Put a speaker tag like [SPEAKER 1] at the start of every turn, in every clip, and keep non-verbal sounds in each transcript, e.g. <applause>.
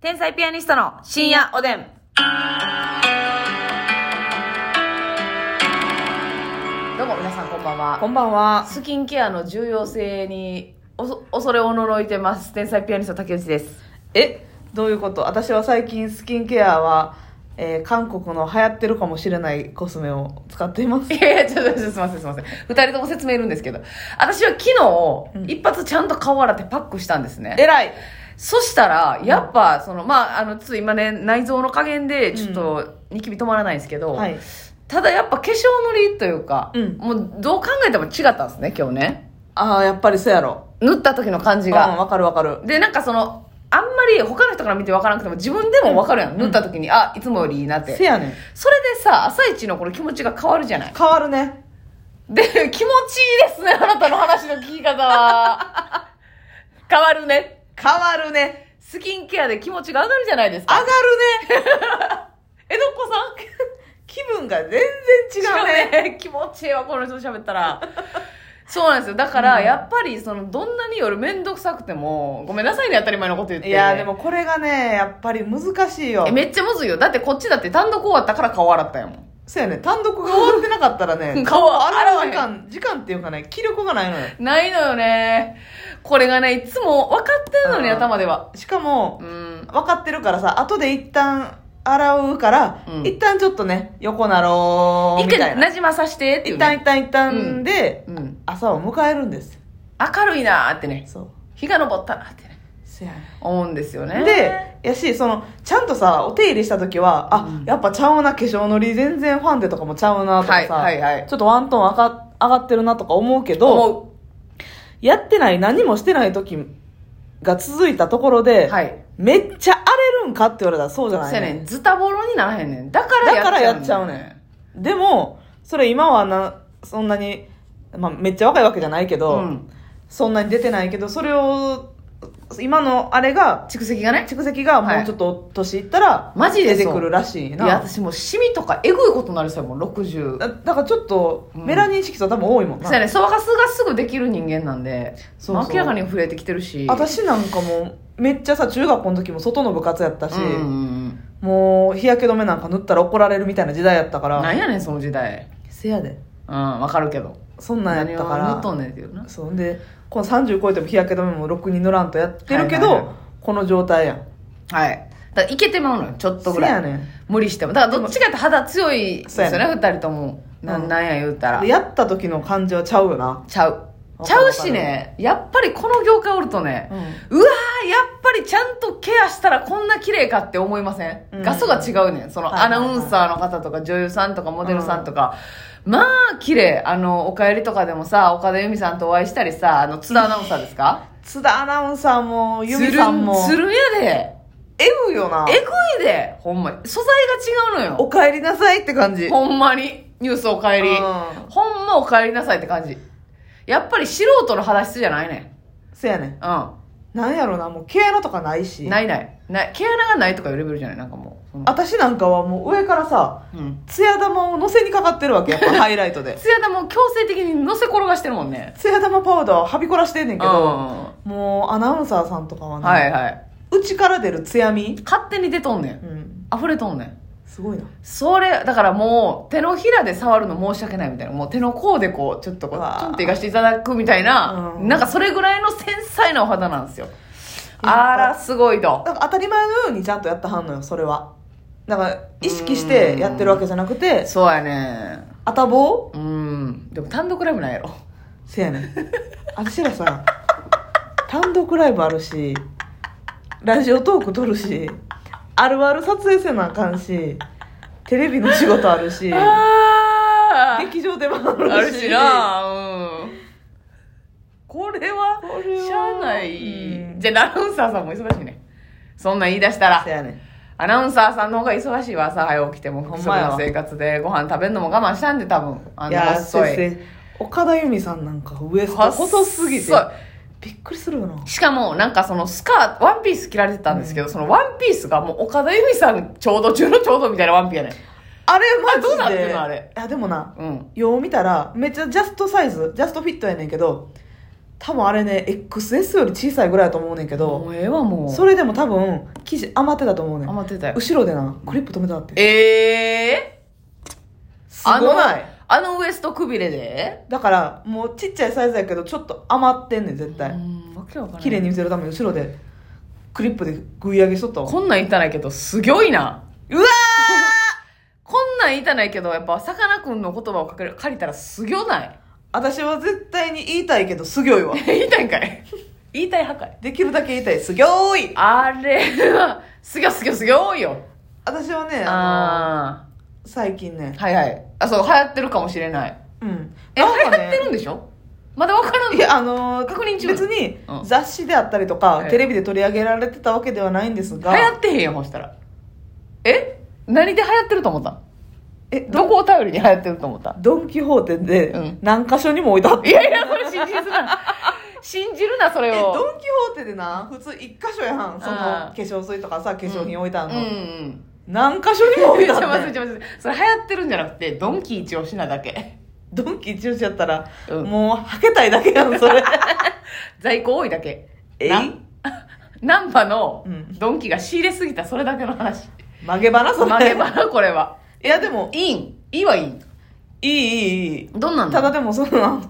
[SPEAKER 1] 天才ピアニストの深夜おでん。
[SPEAKER 2] どうも皆さんこんばん
[SPEAKER 1] こ
[SPEAKER 2] は。
[SPEAKER 1] んばんは。
[SPEAKER 2] スキンケアの重要性におそ恐れおののいてます。天才ピアニスト竹内です。
[SPEAKER 3] えどういうこと私は最近スキンケアは、えー韓国の流行ってるかもしれないコスメを使ってい <laughs> ます
[SPEAKER 2] いやいや、ちょっとちょっとすいませんすいません。二人とも説明いるんですけど、私は昨日、一発ちゃんと顔洗ってパックしたんですね。
[SPEAKER 3] えらい
[SPEAKER 2] そしたら、やっぱ、その、まあ、あの、ちょっと今ね、内臓の加減で、ちょっと、ニキビ止まらないんですけど、
[SPEAKER 3] はい
[SPEAKER 2] ただやっぱ化粧のりというか、
[SPEAKER 3] うん
[SPEAKER 2] もうどう考えても違ったんですね、今日ね。
[SPEAKER 3] ああやっぱりそうやろ
[SPEAKER 2] 塗った時の感じ
[SPEAKER 3] うん
[SPEAKER 2] が。
[SPEAKER 3] わかるわかる
[SPEAKER 2] でなんかそのあんまり他の人から見て分からなくても自分でも分かるやん、塗った時にあいつもよりいいなって
[SPEAKER 3] せやねん
[SPEAKER 2] それでさ朝一のこの気持ちが変わるじゃない
[SPEAKER 3] 変わるね
[SPEAKER 2] で気持ちいいですねあ <laughs> なたの話の聞き方は
[SPEAKER 3] <laughs>
[SPEAKER 2] 変わるね
[SPEAKER 3] 変わるね
[SPEAKER 2] スキンケアで気持ちが上がるじゃないです
[SPEAKER 3] 上
[SPEAKER 2] か
[SPEAKER 3] がるね
[SPEAKER 2] 江戸っ子
[SPEAKER 3] 気分が全然違
[SPEAKER 2] さん違
[SPEAKER 3] う
[SPEAKER 2] う
[SPEAKER 3] ね
[SPEAKER 2] ね <laughs> 気持ちいいわこの人と喋ったらそうなんですよだから、やっぱりそのどんなに夜面倒くさくてもごめんなさいね当たり前のこと言って
[SPEAKER 3] いやーでもこれがねやっぱり難しいよ
[SPEAKER 2] えめっちゃむずいよだってこっちだって単独終わったから顔洗ったやもん
[SPEAKER 3] そうやねん単独が終わってなかったら
[SPEAKER 2] うん
[SPEAKER 3] <laughs> ね
[SPEAKER 2] 顔洗
[SPEAKER 3] 洗
[SPEAKER 2] わ
[SPEAKER 3] う
[SPEAKER 2] へん
[SPEAKER 3] 時間時間っていうかね気力がないのよ
[SPEAKER 2] ないのよね。これがね、いつも分かってんのに、
[SPEAKER 3] うん
[SPEAKER 2] 頭では。
[SPEAKER 3] しかも
[SPEAKER 2] うん。
[SPEAKER 3] 分かってるからさ後で一旦洗うから、
[SPEAKER 2] うん
[SPEAKER 3] 一旦ちょっとね横なろう
[SPEAKER 2] 一
[SPEAKER 3] みた
[SPEAKER 2] 回、
[SPEAKER 3] いな
[SPEAKER 2] なじまさしてってい
[SPEAKER 3] 一
[SPEAKER 2] う、
[SPEAKER 3] 旦
[SPEAKER 2] ね。
[SPEAKER 3] 一旦一
[SPEAKER 2] うん
[SPEAKER 3] 旦で、
[SPEAKER 2] うん。
[SPEAKER 3] 朝を迎えるんです
[SPEAKER 2] 明るいなーってね。
[SPEAKER 3] そう
[SPEAKER 2] 日が昇ったなーってね。
[SPEAKER 3] せやね
[SPEAKER 2] 思うんですよね。
[SPEAKER 3] でやしそのちゃんとさお手入れした時はあ、
[SPEAKER 2] うん
[SPEAKER 3] やっぱちゃうな化粧のり全然ファンデとかもちゃうなとかさ、
[SPEAKER 2] はいはいはい
[SPEAKER 3] ちょっとワントーン上が上がってるなとか思うけど
[SPEAKER 2] 思
[SPEAKER 3] やってない何もしてない時が続いたところで、
[SPEAKER 2] う。はい。
[SPEAKER 3] めっちゃ荒れるんかって言われたらそうじゃない
[SPEAKER 2] せやねん、ズタボロにならへんねん。だからやっちゃう、
[SPEAKER 3] だからやっちゃうねん。でもそれ今はなそんなに、まあ、めっちゃ若いわけじゃないけど、
[SPEAKER 2] うん。
[SPEAKER 3] そんなに出てないけどそれを今のあれが
[SPEAKER 2] 蓄積がね。
[SPEAKER 3] 蓄積がもうちょっと年いったら
[SPEAKER 2] マジで
[SPEAKER 3] 出
[SPEAKER 2] そう
[SPEAKER 3] てくるらしい
[SPEAKER 2] い
[SPEAKER 3] な、
[SPEAKER 2] や、私もうシミとかえぐいことになるさ、もう60。
[SPEAKER 3] だだからちょっと
[SPEAKER 2] うん
[SPEAKER 3] メラニン色素多分多いもんな、
[SPEAKER 2] そうやねん、そばかすがすぐできる人間なんで、
[SPEAKER 3] そうそう
[SPEAKER 2] まあ明らかに増えてきてるし。
[SPEAKER 3] 私なんかもうめっちゃさ中学校の時も外の部活やったし、
[SPEAKER 2] うんうん
[SPEAKER 3] もう日焼け止めなんか塗ったら怒られるみたいな時代やったか
[SPEAKER 2] うん。
[SPEAKER 3] ら
[SPEAKER 2] なんやねん、その時代。
[SPEAKER 3] せやで
[SPEAKER 2] うん、わかるけど。
[SPEAKER 3] そんなんやったから
[SPEAKER 2] 何を塗っとんねんっていうな。
[SPEAKER 3] そうでこの30超えても日焼け止めもろくに塗らんとやってるけど、
[SPEAKER 2] はいはいはい
[SPEAKER 3] この状態やん
[SPEAKER 2] はい。だからいけてまうのよ、ちょっとぐ
[SPEAKER 3] せ
[SPEAKER 2] ら
[SPEAKER 3] や
[SPEAKER 2] い。
[SPEAKER 3] ねん
[SPEAKER 2] 無理しても。だからどっちかって肌強いですよ
[SPEAKER 3] そう
[SPEAKER 2] ね、
[SPEAKER 3] や
[SPEAKER 2] 二人とも。な
[SPEAKER 3] うん
[SPEAKER 2] んなんや言うたら
[SPEAKER 3] で。やった時の感じはちゃうよな、
[SPEAKER 2] ちゃう。
[SPEAKER 3] わ
[SPEAKER 2] ち
[SPEAKER 3] かる
[SPEAKER 2] ゃ
[SPEAKER 3] わ
[SPEAKER 2] う
[SPEAKER 3] かる
[SPEAKER 2] しね、やっぱりこの業界おるとね、
[SPEAKER 3] う
[SPEAKER 2] うわー、やっぱりちゃんとケアしたらこんな綺麗かって思いません、
[SPEAKER 3] うん
[SPEAKER 2] 画素が違うねん。その
[SPEAKER 3] はい
[SPEAKER 2] ア
[SPEAKER 3] はいは
[SPEAKER 2] ナ
[SPEAKER 3] い
[SPEAKER 2] ウンサーの方とか女優さんとかモデルさんとか、まあ綺麗。あの、お帰りとかでもさ、岡田由美さんとお会いしたりさ、あの、津田アナウンサーですか
[SPEAKER 3] 津田アナウンサーも由美さんも
[SPEAKER 2] つるんつるんやで。
[SPEAKER 3] えぐいよな
[SPEAKER 2] えぐいでほんまに素材が違うのよ
[SPEAKER 3] おかえりなさいって感じ
[SPEAKER 2] ほんまにニュースおかえり、
[SPEAKER 3] うん
[SPEAKER 2] ほんまおかえりなさいって感じやっぱり素人の肌質じゃないね
[SPEAKER 3] せやねん
[SPEAKER 2] んう
[SPEAKER 3] なんやろなもう毛穴とかないし
[SPEAKER 2] んないないない毛穴がないとかいうレベルじゃないなんかもうその
[SPEAKER 3] 私なんかはもう上からさ
[SPEAKER 2] うん
[SPEAKER 3] 艶玉をのせにかかってるわ
[SPEAKER 2] <laughs>
[SPEAKER 3] けやっぱハイライトで
[SPEAKER 2] ツヤも強制的にのせ転がしてるもんね
[SPEAKER 3] 艶玉パウダーはびこらしてんねん
[SPEAKER 2] け
[SPEAKER 3] けど、
[SPEAKER 2] は
[SPEAKER 3] もうアナウンサーさんとかはね、
[SPEAKER 2] いはい
[SPEAKER 3] 内から出る艶み、
[SPEAKER 2] 勝手に出とんね
[SPEAKER 3] うんん、
[SPEAKER 2] 溢れとんねん
[SPEAKER 3] すごいな
[SPEAKER 2] それだからもう手のひらで触るの申し訳ないみたいなもう手の甲でこうちょっとこう
[SPEAKER 3] うわー
[SPEAKER 2] ちょんっていかしていただくみたいな、
[SPEAKER 3] うん
[SPEAKER 2] なんかそれぐらいの繊細なお肌なんですよ
[SPEAKER 3] やっぱ
[SPEAKER 2] あらすごいと
[SPEAKER 3] なんか当たり前のようにちゃんとやったはんのよそれはだから意識してやってるわけじゃなくて
[SPEAKER 2] そうやね
[SPEAKER 3] あたぼ
[SPEAKER 2] うんでも単独ライブなんやろ
[SPEAKER 3] うせやねん私らさ単独ライブあるしラジオトーク撮るしあるある撮影せなあかんしテレビの仕事あるし
[SPEAKER 2] あ
[SPEAKER 3] 劇場でもあるし
[SPEAKER 2] あるしなうんこれは
[SPEAKER 3] これは
[SPEAKER 2] しゃあない、
[SPEAKER 3] うん
[SPEAKER 2] じゃあアナウンサーさんも忙しいねそんなん言い出したら
[SPEAKER 3] せやねん
[SPEAKER 2] アナウンサーさんの方が忙しいわ朝早起きても不
[SPEAKER 3] ほん
[SPEAKER 2] 足
[SPEAKER 3] まや
[SPEAKER 2] の生活でご飯食べるのも我慢したんで多分あ
[SPEAKER 3] い
[SPEAKER 2] の
[SPEAKER 3] や
[SPEAKER 2] 細
[SPEAKER 3] 先
[SPEAKER 2] い
[SPEAKER 3] 生岡田由美さんなんかウエスト細すぎて
[SPEAKER 2] 細
[SPEAKER 3] びっくりするよない
[SPEAKER 2] しかもなんかそのスカーワンピース着られてたんですけど、そのワンピースがもう岡田由美さんちょうど中のちょうどみたいなワンピやねん
[SPEAKER 3] あれマジ
[SPEAKER 2] あ
[SPEAKER 3] で
[SPEAKER 2] どうなってんのあれ
[SPEAKER 3] いやでもな
[SPEAKER 2] うん
[SPEAKER 3] よう見たらめっちゃジャストサイズジャストフィットやねんけど多分あれね XS より小さいぐらいだと思うねんけ
[SPEAKER 2] も
[SPEAKER 3] ど
[SPEAKER 2] うええわもう
[SPEAKER 3] それでも多分生地余ってたと思うねん
[SPEAKER 2] 余ってたよ
[SPEAKER 3] 後ろでなクリップ止めたって
[SPEAKER 2] ええ
[SPEAKER 3] す
[SPEAKER 2] あ
[SPEAKER 3] ご
[SPEAKER 2] の
[SPEAKER 3] ない
[SPEAKER 2] あのウエストくびれで
[SPEAKER 3] だからもうちっちゃいサイズやけどちょっと余ってんねん絶対
[SPEAKER 2] うんわけわからん
[SPEAKER 3] 綺麗に見せるために後ろでクリップで食い上げしとったわ
[SPEAKER 2] こんなん言ったないけどすごいなうわーこんなん言ったないけどやっぱさかなクンの言葉をかける借りたらすぎょない
[SPEAKER 3] 私は絶対に言いたいけどすぎょいわ
[SPEAKER 2] <laughs> 言いたいんかい言いたい破壊
[SPEAKER 3] できるだけ言いたいすぎょーい
[SPEAKER 2] あれはすぎょすぎょすぎょ多いよ
[SPEAKER 3] 私はねあ
[SPEAKER 2] あ
[SPEAKER 3] の最近ね
[SPEAKER 2] あはいはいあそう流行ってるかもしれない
[SPEAKER 3] うん
[SPEAKER 2] え、
[SPEAKER 3] なんか
[SPEAKER 2] 流行って
[SPEAKER 3] ね
[SPEAKER 2] るんでしょまだわからん
[SPEAKER 3] い
[SPEAKER 2] の
[SPEAKER 3] やあのー
[SPEAKER 2] 確認中
[SPEAKER 3] 別に
[SPEAKER 2] うん
[SPEAKER 3] 雑誌であったりとか、
[SPEAKER 2] ええ
[SPEAKER 3] テレビで取り上げられてたわけではないんです
[SPEAKER 2] 流行
[SPEAKER 3] が
[SPEAKER 2] ってへんやん、ほしたら。え何で流行ってると思ったん
[SPEAKER 3] えど
[SPEAKER 2] どこを頼りに流行ってると思ったん
[SPEAKER 3] ドン・キホーテ
[SPEAKER 2] う
[SPEAKER 3] で
[SPEAKER 2] ん
[SPEAKER 3] 何箇所にも置いてあった、
[SPEAKER 2] いやいや、それ信じるな。信じるな、それ
[SPEAKER 3] え <laughs> ドン・キ
[SPEAKER 2] を。
[SPEAKER 3] ホーテでな普通一箇所やんその
[SPEAKER 2] あ
[SPEAKER 3] 化
[SPEAKER 2] ー
[SPEAKER 3] 粧水とかさ化粧品置いてあ
[SPEAKER 2] うんん
[SPEAKER 3] の、
[SPEAKER 2] うん。
[SPEAKER 3] 何箇所にも置い
[SPEAKER 2] ち
[SPEAKER 3] て
[SPEAKER 2] ょ
[SPEAKER 3] あ
[SPEAKER 2] ちょ <laughs>
[SPEAKER 3] った
[SPEAKER 2] 待ってちょ待ってそれ流行ってるんじゃなくて、ドンキ一押しなだけ。
[SPEAKER 3] ドンキ一押しやったら、
[SPEAKER 2] うん
[SPEAKER 3] もうはけたいだけやんそ
[SPEAKER 2] <laughs>
[SPEAKER 3] れ
[SPEAKER 2] 在庫多いだけ。
[SPEAKER 3] えい
[SPEAKER 2] な <laughs> ナンパの
[SPEAKER 3] うん
[SPEAKER 2] ドンキが仕入れすぎた、それだけの話。
[SPEAKER 3] 曲げ花それ
[SPEAKER 2] 曲げばな、これは。
[SPEAKER 3] いやでも
[SPEAKER 2] いいん。いいはいいん。
[SPEAKER 3] いいいいいい
[SPEAKER 2] どんなん
[SPEAKER 3] た
[SPEAKER 2] な
[SPEAKER 3] だ
[SPEAKER 2] の
[SPEAKER 3] でもそのあの化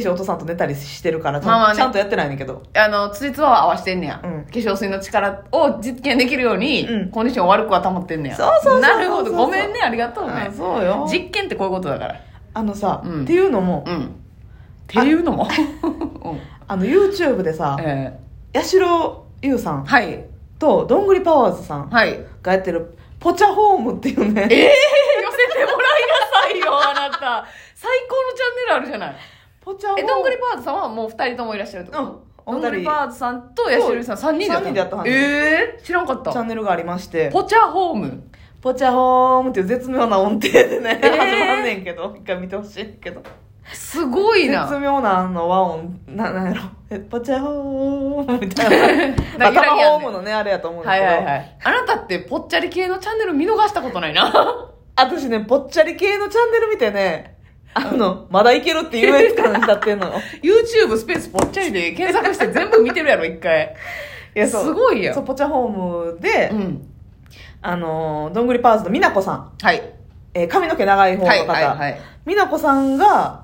[SPEAKER 3] 粧お父さんと寝たりしてるからちゃん,、
[SPEAKER 2] まあまあね
[SPEAKER 3] ちゃんとやってないねんだけど
[SPEAKER 2] あの、つじつまは合わしてんねや。
[SPEAKER 3] うん
[SPEAKER 2] 化粧水の力を実現できるように、
[SPEAKER 3] うん
[SPEAKER 2] コンディション悪くは保ってんねや。
[SPEAKER 3] そうそうそうそう
[SPEAKER 2] なるほど。ごめんね、ありがとう
[SPEAKER 3] あ
[SPEAKER 2] ね。
[SPEAKER 3] そうよ
[SPEAKER 2] 実験ってこういうことだから。
[SPEAKER 3] あのさ、
[SPEAKER 2] うん
[SPEAKER 3] っていうのも、
[SPEAKER 2] うん。っていうの
[SPEAKER 3] <laughs>
[SPEAKER 2] も。うん
[SPEAKER 3] あの YouTube でさ
[SPEAKER 2] え
[SPEAKER 3] 八代優さん
[SPEAKER 2] ーはい。
[SPEAKER 3] とどんぐりパワーズさん
[SPEAKER 2] はい。え
[SPEAKER 3] がやってるポチャホームっていう
[SPEAKER 2] えー、寄せ
[SPEAKER 3] ね
[SPEAKER 2] てもらいなさいよ、あなた。最高のチャンネルあるじゃない。
[SPEAKER 3] ポチャホーム
[SPEAKER 2] え、どんぐりパワーズさんはもう二人ともいらっしゃるってこと
[SPEAKER 3] うん
[SPEAKER 2] ど
[SPEAKER 3] お二人
[SPEAKER 2] んぐりパワーズさんとヤシロリさん三人で
[SPEAKER 3] 三人でやったはず
[SPEAKER 2] えー、知らんかっ
[SPEAKER 3] チャ
[SPEAKER 2] た。
[SPEAKER 3] ンネルがありまして
[SPEAKER 2] ポチャホーム。
[SPEAKER 3] ポチャホームっていう絶妙な音程でね、
[SPEAKER 2] えー
[SPEAKER 3] 始まんねんけど一回見てほしいけど
[SPEAKER 2] すごいな。 <laughs>
[SPEAKER 3] 絶妙なあの和音ななんやろえポチャホームみた
[SPEAKER 2] <laughs>
[SPEAKER 3] いなまあ
[SPEAKER 2] だ
[SPEAKER 3] タ
[SPEAKER 2] から
[SPEAKER 3] マ
[SPEAKER 2] やんね
[SPEAKER 3] ホームのねあれやと思うんですけ
[SPEAKER 2] い。
[SPEAKER 3] ど、
[SPEAKER 2] あなたってぽっちゃり系のチャンネル見逃したことないな。
[SPEAKER 3] 私ねぽっちゃり系のチャンネル見てねあの、まだいけるって優越感に浸ってんのよ
[SPEAKER 2] <laughs> YouTube スペースぽっちゃりで検索して全部見てるやろ、一回。
[SPEAKER 3] いやそう
[SPEAKER 2] す <laughs> ごいやん
[SPEAKER 3] そうポチャホームで、
[SPEAKER 2] ん。
[SPEAKER 3] あのどんぐりパワーズの美奈子さん、
[SPEAKER 2] はい。
[SPEAKER 3] えー髪の毛長い方の
[SPEAKER 2] はい、
[SPEAKER 3] 方、
[SPEAKER 2] はい、はい。
[SPEAKER 3] 美奈子さんが、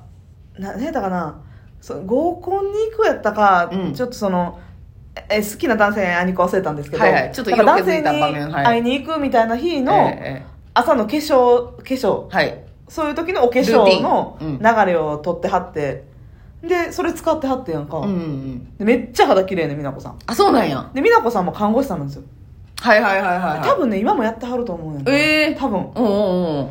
[SPEAKER 3] な、何やったかな、そう合コンに行くやったか、
[SPEAKER 2] うん
[SPEAKER 3] ちょっとその、えー好きな男性に会いに行くか忘れたんですけど、
[SPEAKER 2] はいはいちょっと
[SPEAKER 3] なんか男
[SPEAKER 2] 色気づ
[SPEAKER 3] 性
[SPEAKER 2] いた場面
[SPEAKER 3] に
[SPEAKER 2] はい
[SPEAKER 3] 会いに行くみたいな日の、
[SPEAKER 2] え
[SPEAKER 3] 朝の化粧、化粧
[SPEAKER 2] え、はい。
[SPEAKER 3] そういう時のお
[SPEAKER 2] ル
[SPEAKER 3] 化
[SPEAKER 2] ーティ
[SPEAKER 3] 粧
[SPEAKER 2] ン
[SPEAKER 3] の
[SPEAKER 2] うん
[SPEAKER 3] 流れを取ってはって、で、それ使ってはってやんか。
[SPEAKER 2] うんうん。
[SPEAKER 3] でめっちゃ肌綺麗ね、美奈子さん。
[SPEAKER 2] あ、そうなんや。
[SPEAKER 3] で、美奈子さんも看護師さんなんですよ。
[SPEAKER 2] はい、はい、はい、はい。
[SPEAKER 3] 多分ね、今もやってはると思うねんな。
[SPEAKER 2] ええ
[SPEAKER 3] 多分。
[SPEAKER 2] うんうん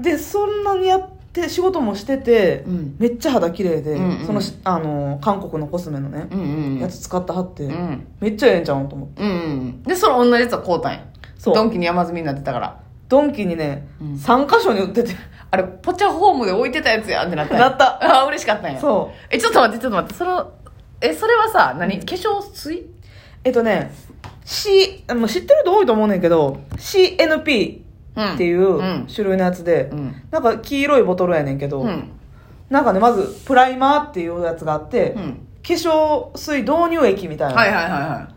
[SPEAKER 3] でそんなにやって仕事もしてて、
[SPEAKER 2] うん
[SPEAKER 3] めっちゃ肌綺麗で、
[SPEAKER 2] うんうん
[SPEAKER 3] そのしあの韓国のコスメのね
[SPEAKER 2] うん。う、んうんう
[SPEAKER 3] や
[SPEAKER 2] ん。
[SPEAKER 3] つ使ってはって、
[SPEAKER 2] うん。
[SPEAKER 3] めっちゃええんちゃうんと思って
[SPEAKER 2] うんうん。で、その同じやつは買うたんや。
[SPEAKER 3] そう
[SPEAKER 2] ドンキに山積みになってたから。
[SPEAKER 3] ドンキにね、
[SPEAKER 2] うん
[SPEAKER 3] 3箇所に売ってて
[SPEAKER 2] あれ、ポチャホームで置いてたやつやんってなったんや
[SPEAKER 3] なった。
[SPEAKER 2] <laughs> あ、嬉しかったんや。
[SPEAKER 3] そ
[SPEAKER 2] え、ちょっと待って、ちょっと待って。その、え、それはさ、何化粧水
[SPEAKER 3] うえっとね C もう知ってる人多いと思うねんけど CNP
[SPEAKER 2] っ
[SPEAKER 3] ってい
[SPEAKER 2] うん
[SPEAKER 3] う。種類のやつで、
[SPEAKER 2] うん。
[SPEAKER 3] なんか黄色いボトルやねんけど、
[SPEAKER 2] うん。
[SPEAKER 3] なんかねまずプライマーっていうやつがあって、
[SPEAKER 2] う
[SPEAKER 3] 化
[SPEAKER 2] ん。
[SPEAKER 3] 粧水導入液みたいな、
[SPEAKER 2] はいはいはいはい。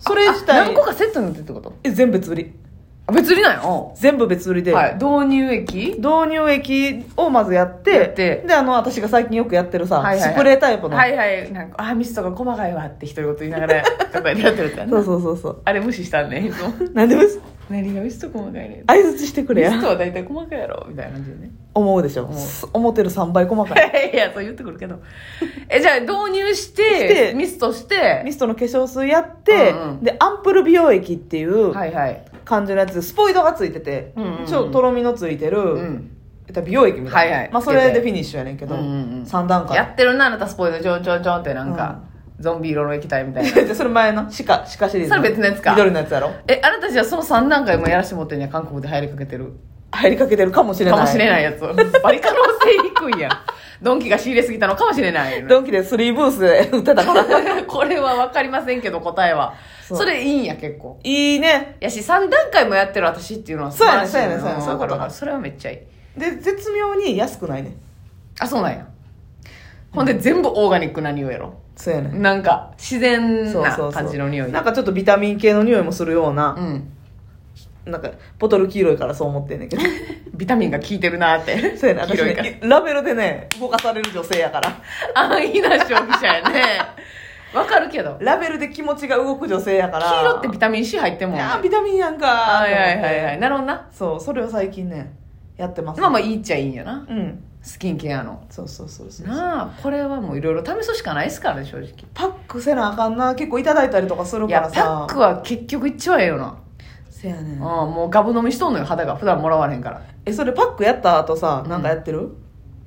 [SPEAKER 3] それ自
[SPEAKER 2] あ
[SPEAKER 3] 体
[SPEAKER 2] 何個かセットになってるってこと
[SPEAKER 3] え全部別売り
[SPEAKER 2] あ、別にないよ。
[SPEAKER 3] 全部別売りで、
[SPEAKER 2] はい。導入液
[SPEAKER 3] 導入液をまずやって
[SPEAKER 2] やって
[SPEAKER 3] であの私が最近よくやってるさ、
[SPEAKER 2] はいはいはい
[SPEAKER 3] スプレータイプの、
[SPEAKER 2] はいはい。なんか、あ、ミストが細かいわって独り言言いながら、とかやってるやつや <laughs> ん
[SPEAKER 3] そ
[SPEAKER 2] な
[SPEAKER 3] うそうそうそう
[SPEAKER 2] あれ無視したんね、いつも。
[SPEAKER 3] なんでも
[SPEAKER 2] 何がミスト細かいねん
[SPEAKER 3] 相づちしてくれ
[SPEAKER 2] ミ
[SPEAKER 3] や
[SPEAKER 2] ストは大体細かいやろみたいな感じで <laughs> ね。
[SPEAKER 3] 思うでしょ
[SPEAKER 2] 思う
[SPEAKER 3] す思ってる3倍細かい
[SPEAKER 2] いや、そう言ってくるけど。え、じゃあ導入し
[SPEAKER 3] して
[SPEAKER 2] て、ミストして、
[SPEAKER 3] ミストの化粧水やって、
[SPEAKER 2] うんうん
[SPEAKER 3] でアンプル美容液っていう
[SPEAKER 2] はいはい。
[SPEAKER 3] 感じのやつでスポイトがついてて、
[SPEAKER 2] うんうんうん
[SPEAKER 3] ちょっととろみのついてる、
[SPEAKER 2] うん。
[SPEAKER 3] えっと美容液みたいな、
[SPEAKER 2] はいはい
[SPEAKER 3] まあ、それでフィニッシュやねんけど、
[SPEAKER 2] うんうんうん
[SPEAKER 3] 3段階
[SPEAKER 2] やってるな、あなたスポイト、ちょんちょんちょんってなんか、ゾンビ色の液体みたいな。
[SPEAKER 3] <laughs> でそれ前のシカシカシリーズ
[SPEAKER 2] それ別のやつか
[SPEAKER 3] 緑のやつやろ
[SPEAKER 2] え、あなたじゃあその3段階もやらしてもってんねや、韓国で入りかけてる。
[SPEAKER 3] 入りかけてるかもしれな
[SPEAKER 2] か
[SPEAKER 3] い
[SPEAKER 2] もしれないやつ。バリ可能性低いやん。ドンキが仕入れすぎたのかもしれない。
[SPEAKER 3] ドンキでスリーブースで売ってたから
[SPEAKER 2] <laughs> これはわかりませんけど、答えは。
[SPEAKER 3] そ
[SPEAKER 2] そうれいいんや、結構。
[SPEAKER 3] いいね
[SPEAKER 2] やし、3段階もやってる私っていうのは素晴らしい
[SPEAKER 3] そうやね
[SPEAKER 2] な
[SPEAKER 3] そうやねそうやねそうい
[SPEAKER 2] わ
[SPEAKER 3] うこと
[SPEAKER 2] かるわかるそれはめっちゃいい。
[SPEAKER 3] で絶妙に安くないね
[SPEAKER 2] あ、そうなんや。ほんで全部オーガニックな匂いやろ
[SPEAKER 3] そうやねん
[SPEAKER 2] なんか自然
[SPEAKER 3] そう
[SPEAKER 2] な
[SPEAKER 3] そうそう
[SPEAKER 2] 感じの匂い
[SPEAKER 3] なんかちょっとビタミン系の匂いもするような、
[SPEAKER 2] うん
[SPEAKER 3] なんかボトル黄色いからそう思ってんねんけ
[SPEAKER 2] <laughs>
[SPEAKER 3] ど
[SPEAKER 2] ビタミンが効いてるなーって
[SPEAKER 3] そうやねん
[SPEAKER 2] 黄
[SPEAKER 3] 私
[SPEAKER 2] 色いから
[SPEAKER 3] ねラベルでね動かされる女性やから
[SPEAKER 2] 安易な消費者やねわかるけど
[SPEAKER 3] ラベルで気持ちが動く女性やから
[SPEAKER 2] 黄色ってビタミン C 入ってんもんね
[SPEAKER 3] あービタミンやんかー
[SPEAKER 2] はいはいはいはい
[SPEAKER 3] と思って
[SPEAKER 2] なるほどな
[SPEAKER 3] そうそれを最近ねやってます
[SPEAKER 2] まあまあいいっちゃいいんやな
[SPEAKER 3] うん
[SPEAKER 2] スキンケアの
[SPEAKER 3] そうそうそうそう
[SPEAKER 2] なあこれはもういろいろ試すしかないですからね正直
[SPEAKER 3] パックせなあかんな結構いただいたりとかする
[SPEAKER 2] い
[SPEAKER 3] か
[SPEAKER 2] や
[SPEAKER 3] らさ
[SPEAKER 2] パックは結局いっちゃええよな、
[SPEAKER 3] せやね
[SPEAKER 2] うんん、もうガブ飲みしとんのよ肌が普段もらわれへんから
[SPEAKER 3] えそれパックやった後さなんかやってる、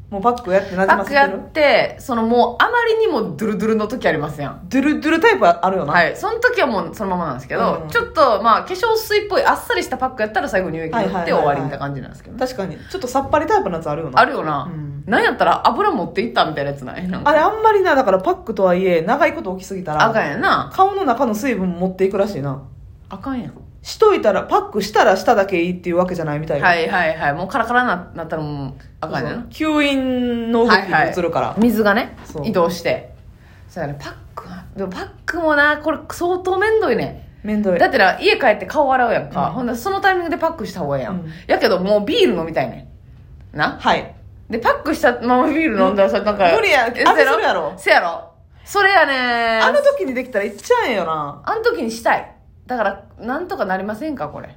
[SPEAKER 3] もうパックやってなじ
[SPEAKER 2] パッ
[SPEAKER 3] ま
[SPEAKER 2] ク
[SPEAKER 3] せて
[SPEAKER 2] や
[SPEAKER 3] る
[SPEAKER 2] ってそのもうあまりにもドゥルドゥルの時ありますやん
[SPEAKER 3] ドゥルドゥルタイプあるよな、
[SPEAKER 2] はい、その時はもうそのままなんですけど、
[SPEAKER 3] うん
[SPEAKER 2] ちょっとまあ化粧水っぽいあっさりしたパックやったら最後乳液塗
[SPEAKER 3] はいは
[SPEAKER 2] っ
[SPEAKER 3] いはい
[SPEAKER 2] て
[SPEAKER 3] はい
[SPEAKER 2] 終わりみたいな感じなんですけどね、
[SPEAKER 3] 確かにちょっとさっぱりタイプのやつあるよな
[SPEAKER 2] あるよな、
[SPEAKER 3] うん
[SPEAKER 2] なんやったら油持っていったみたいなやつないなんか
[SPEAKER 3] あれあんまりなだからパックとはいえ長いこと置きすぎた
[SPEAKER 2] あかん
[SPEAKER 3] ら
[SPEAKER 2] やんな
[SPEAKER 3] 顔の中の水分持っていくらしいな
[SPEAKER 2] あかんやん
[SPEAKER 3] しといたらパックしたらしただけいいっていうわけじゃないみたいよ
[SPEAKER 2] はいはいはいもうカラカラななったらもうあかんやんな
[SPEAKER 3] 吸引の動きに移るから、
[SPEAKER 2] 水がね
[SPEAKER 3] そう
[SPEAKER 2] 移動してそうやねパックはでもパックもなこれ相当めんどいね
[SPEAKER 3] めんどい
[SPEAKER 2] だってな家帰って顔洗うやんか、
[SPEAKER 3] うん
[SPEAKER 2] ほんならそのタイミングでパックした方がええやん、
[SPEAKER 3] うん
[SPEAKER 2] やけどもうビール飲みたいねんな
[SPEAKER 3] はい
[SPEAKER 2] でパックしたままビール飲んだらさなんか
[SPEAKER 3] 無理や
[SPEAKER 2] え
[SPEAKER 3] 味するやろ
[SPEAKER 2] せやろそれやね
[SPEAKER 3] あ
[SPEAKER 2] あ
[SPEAKER 3] の
[SPEAKER 2] の
[SPEAKER 3] 時にできたらいっちゃえんよな
[SPEAKER 2] あの時にしたいだからなんとかなりませんかこれ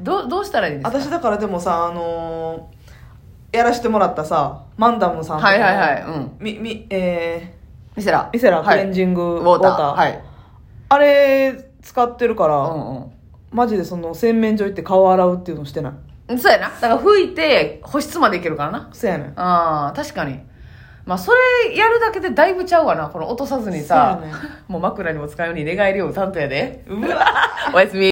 [SPEAKER 2] どうどうしたらいいんですか
[SPEAKER 3] 私だからでもさあのーやらしてもらったさマンダムさんとか
[SPEAKER 2] はいはいはいうん
[SPEAKER 3] みみえ
[SPEAKER 2] ミセラ
[SPEAKER 3] ーミセラク
[SPEAKER 2] はい
[SPEAKER 3] レンジングウ
[SPEAKER 2] ウ
[SPEAKER 3] ォ
[SPEAKER 2] ォー
[SPEAKER 3] ータ
[SPEAKER 2] タ
[SPEAKER 3] ー,、
[SPEAKER 2] ーはい
[SPEAKER 3] あれ使ってるから、
[SPEAKER 2] う
[SPEAKER 3] マジでその洗面所行って顔洗うっていうのしてない
[SPEAKER 2] んうんそうやなだから拭いて保湿までいけるからな
[SPEAKER 3] そうやねん
[SPEAKER 2] あー確かにまあそれやるだけでだいぶちゃうわなこの落とさずにさ <laughs>
[SPEAKER 3] そうやね
[SPEAKER 2] もう枕にも使うように寝返りを担当やで
[SPEAKER 3] うわ
[SPEAKER 2] おやすみ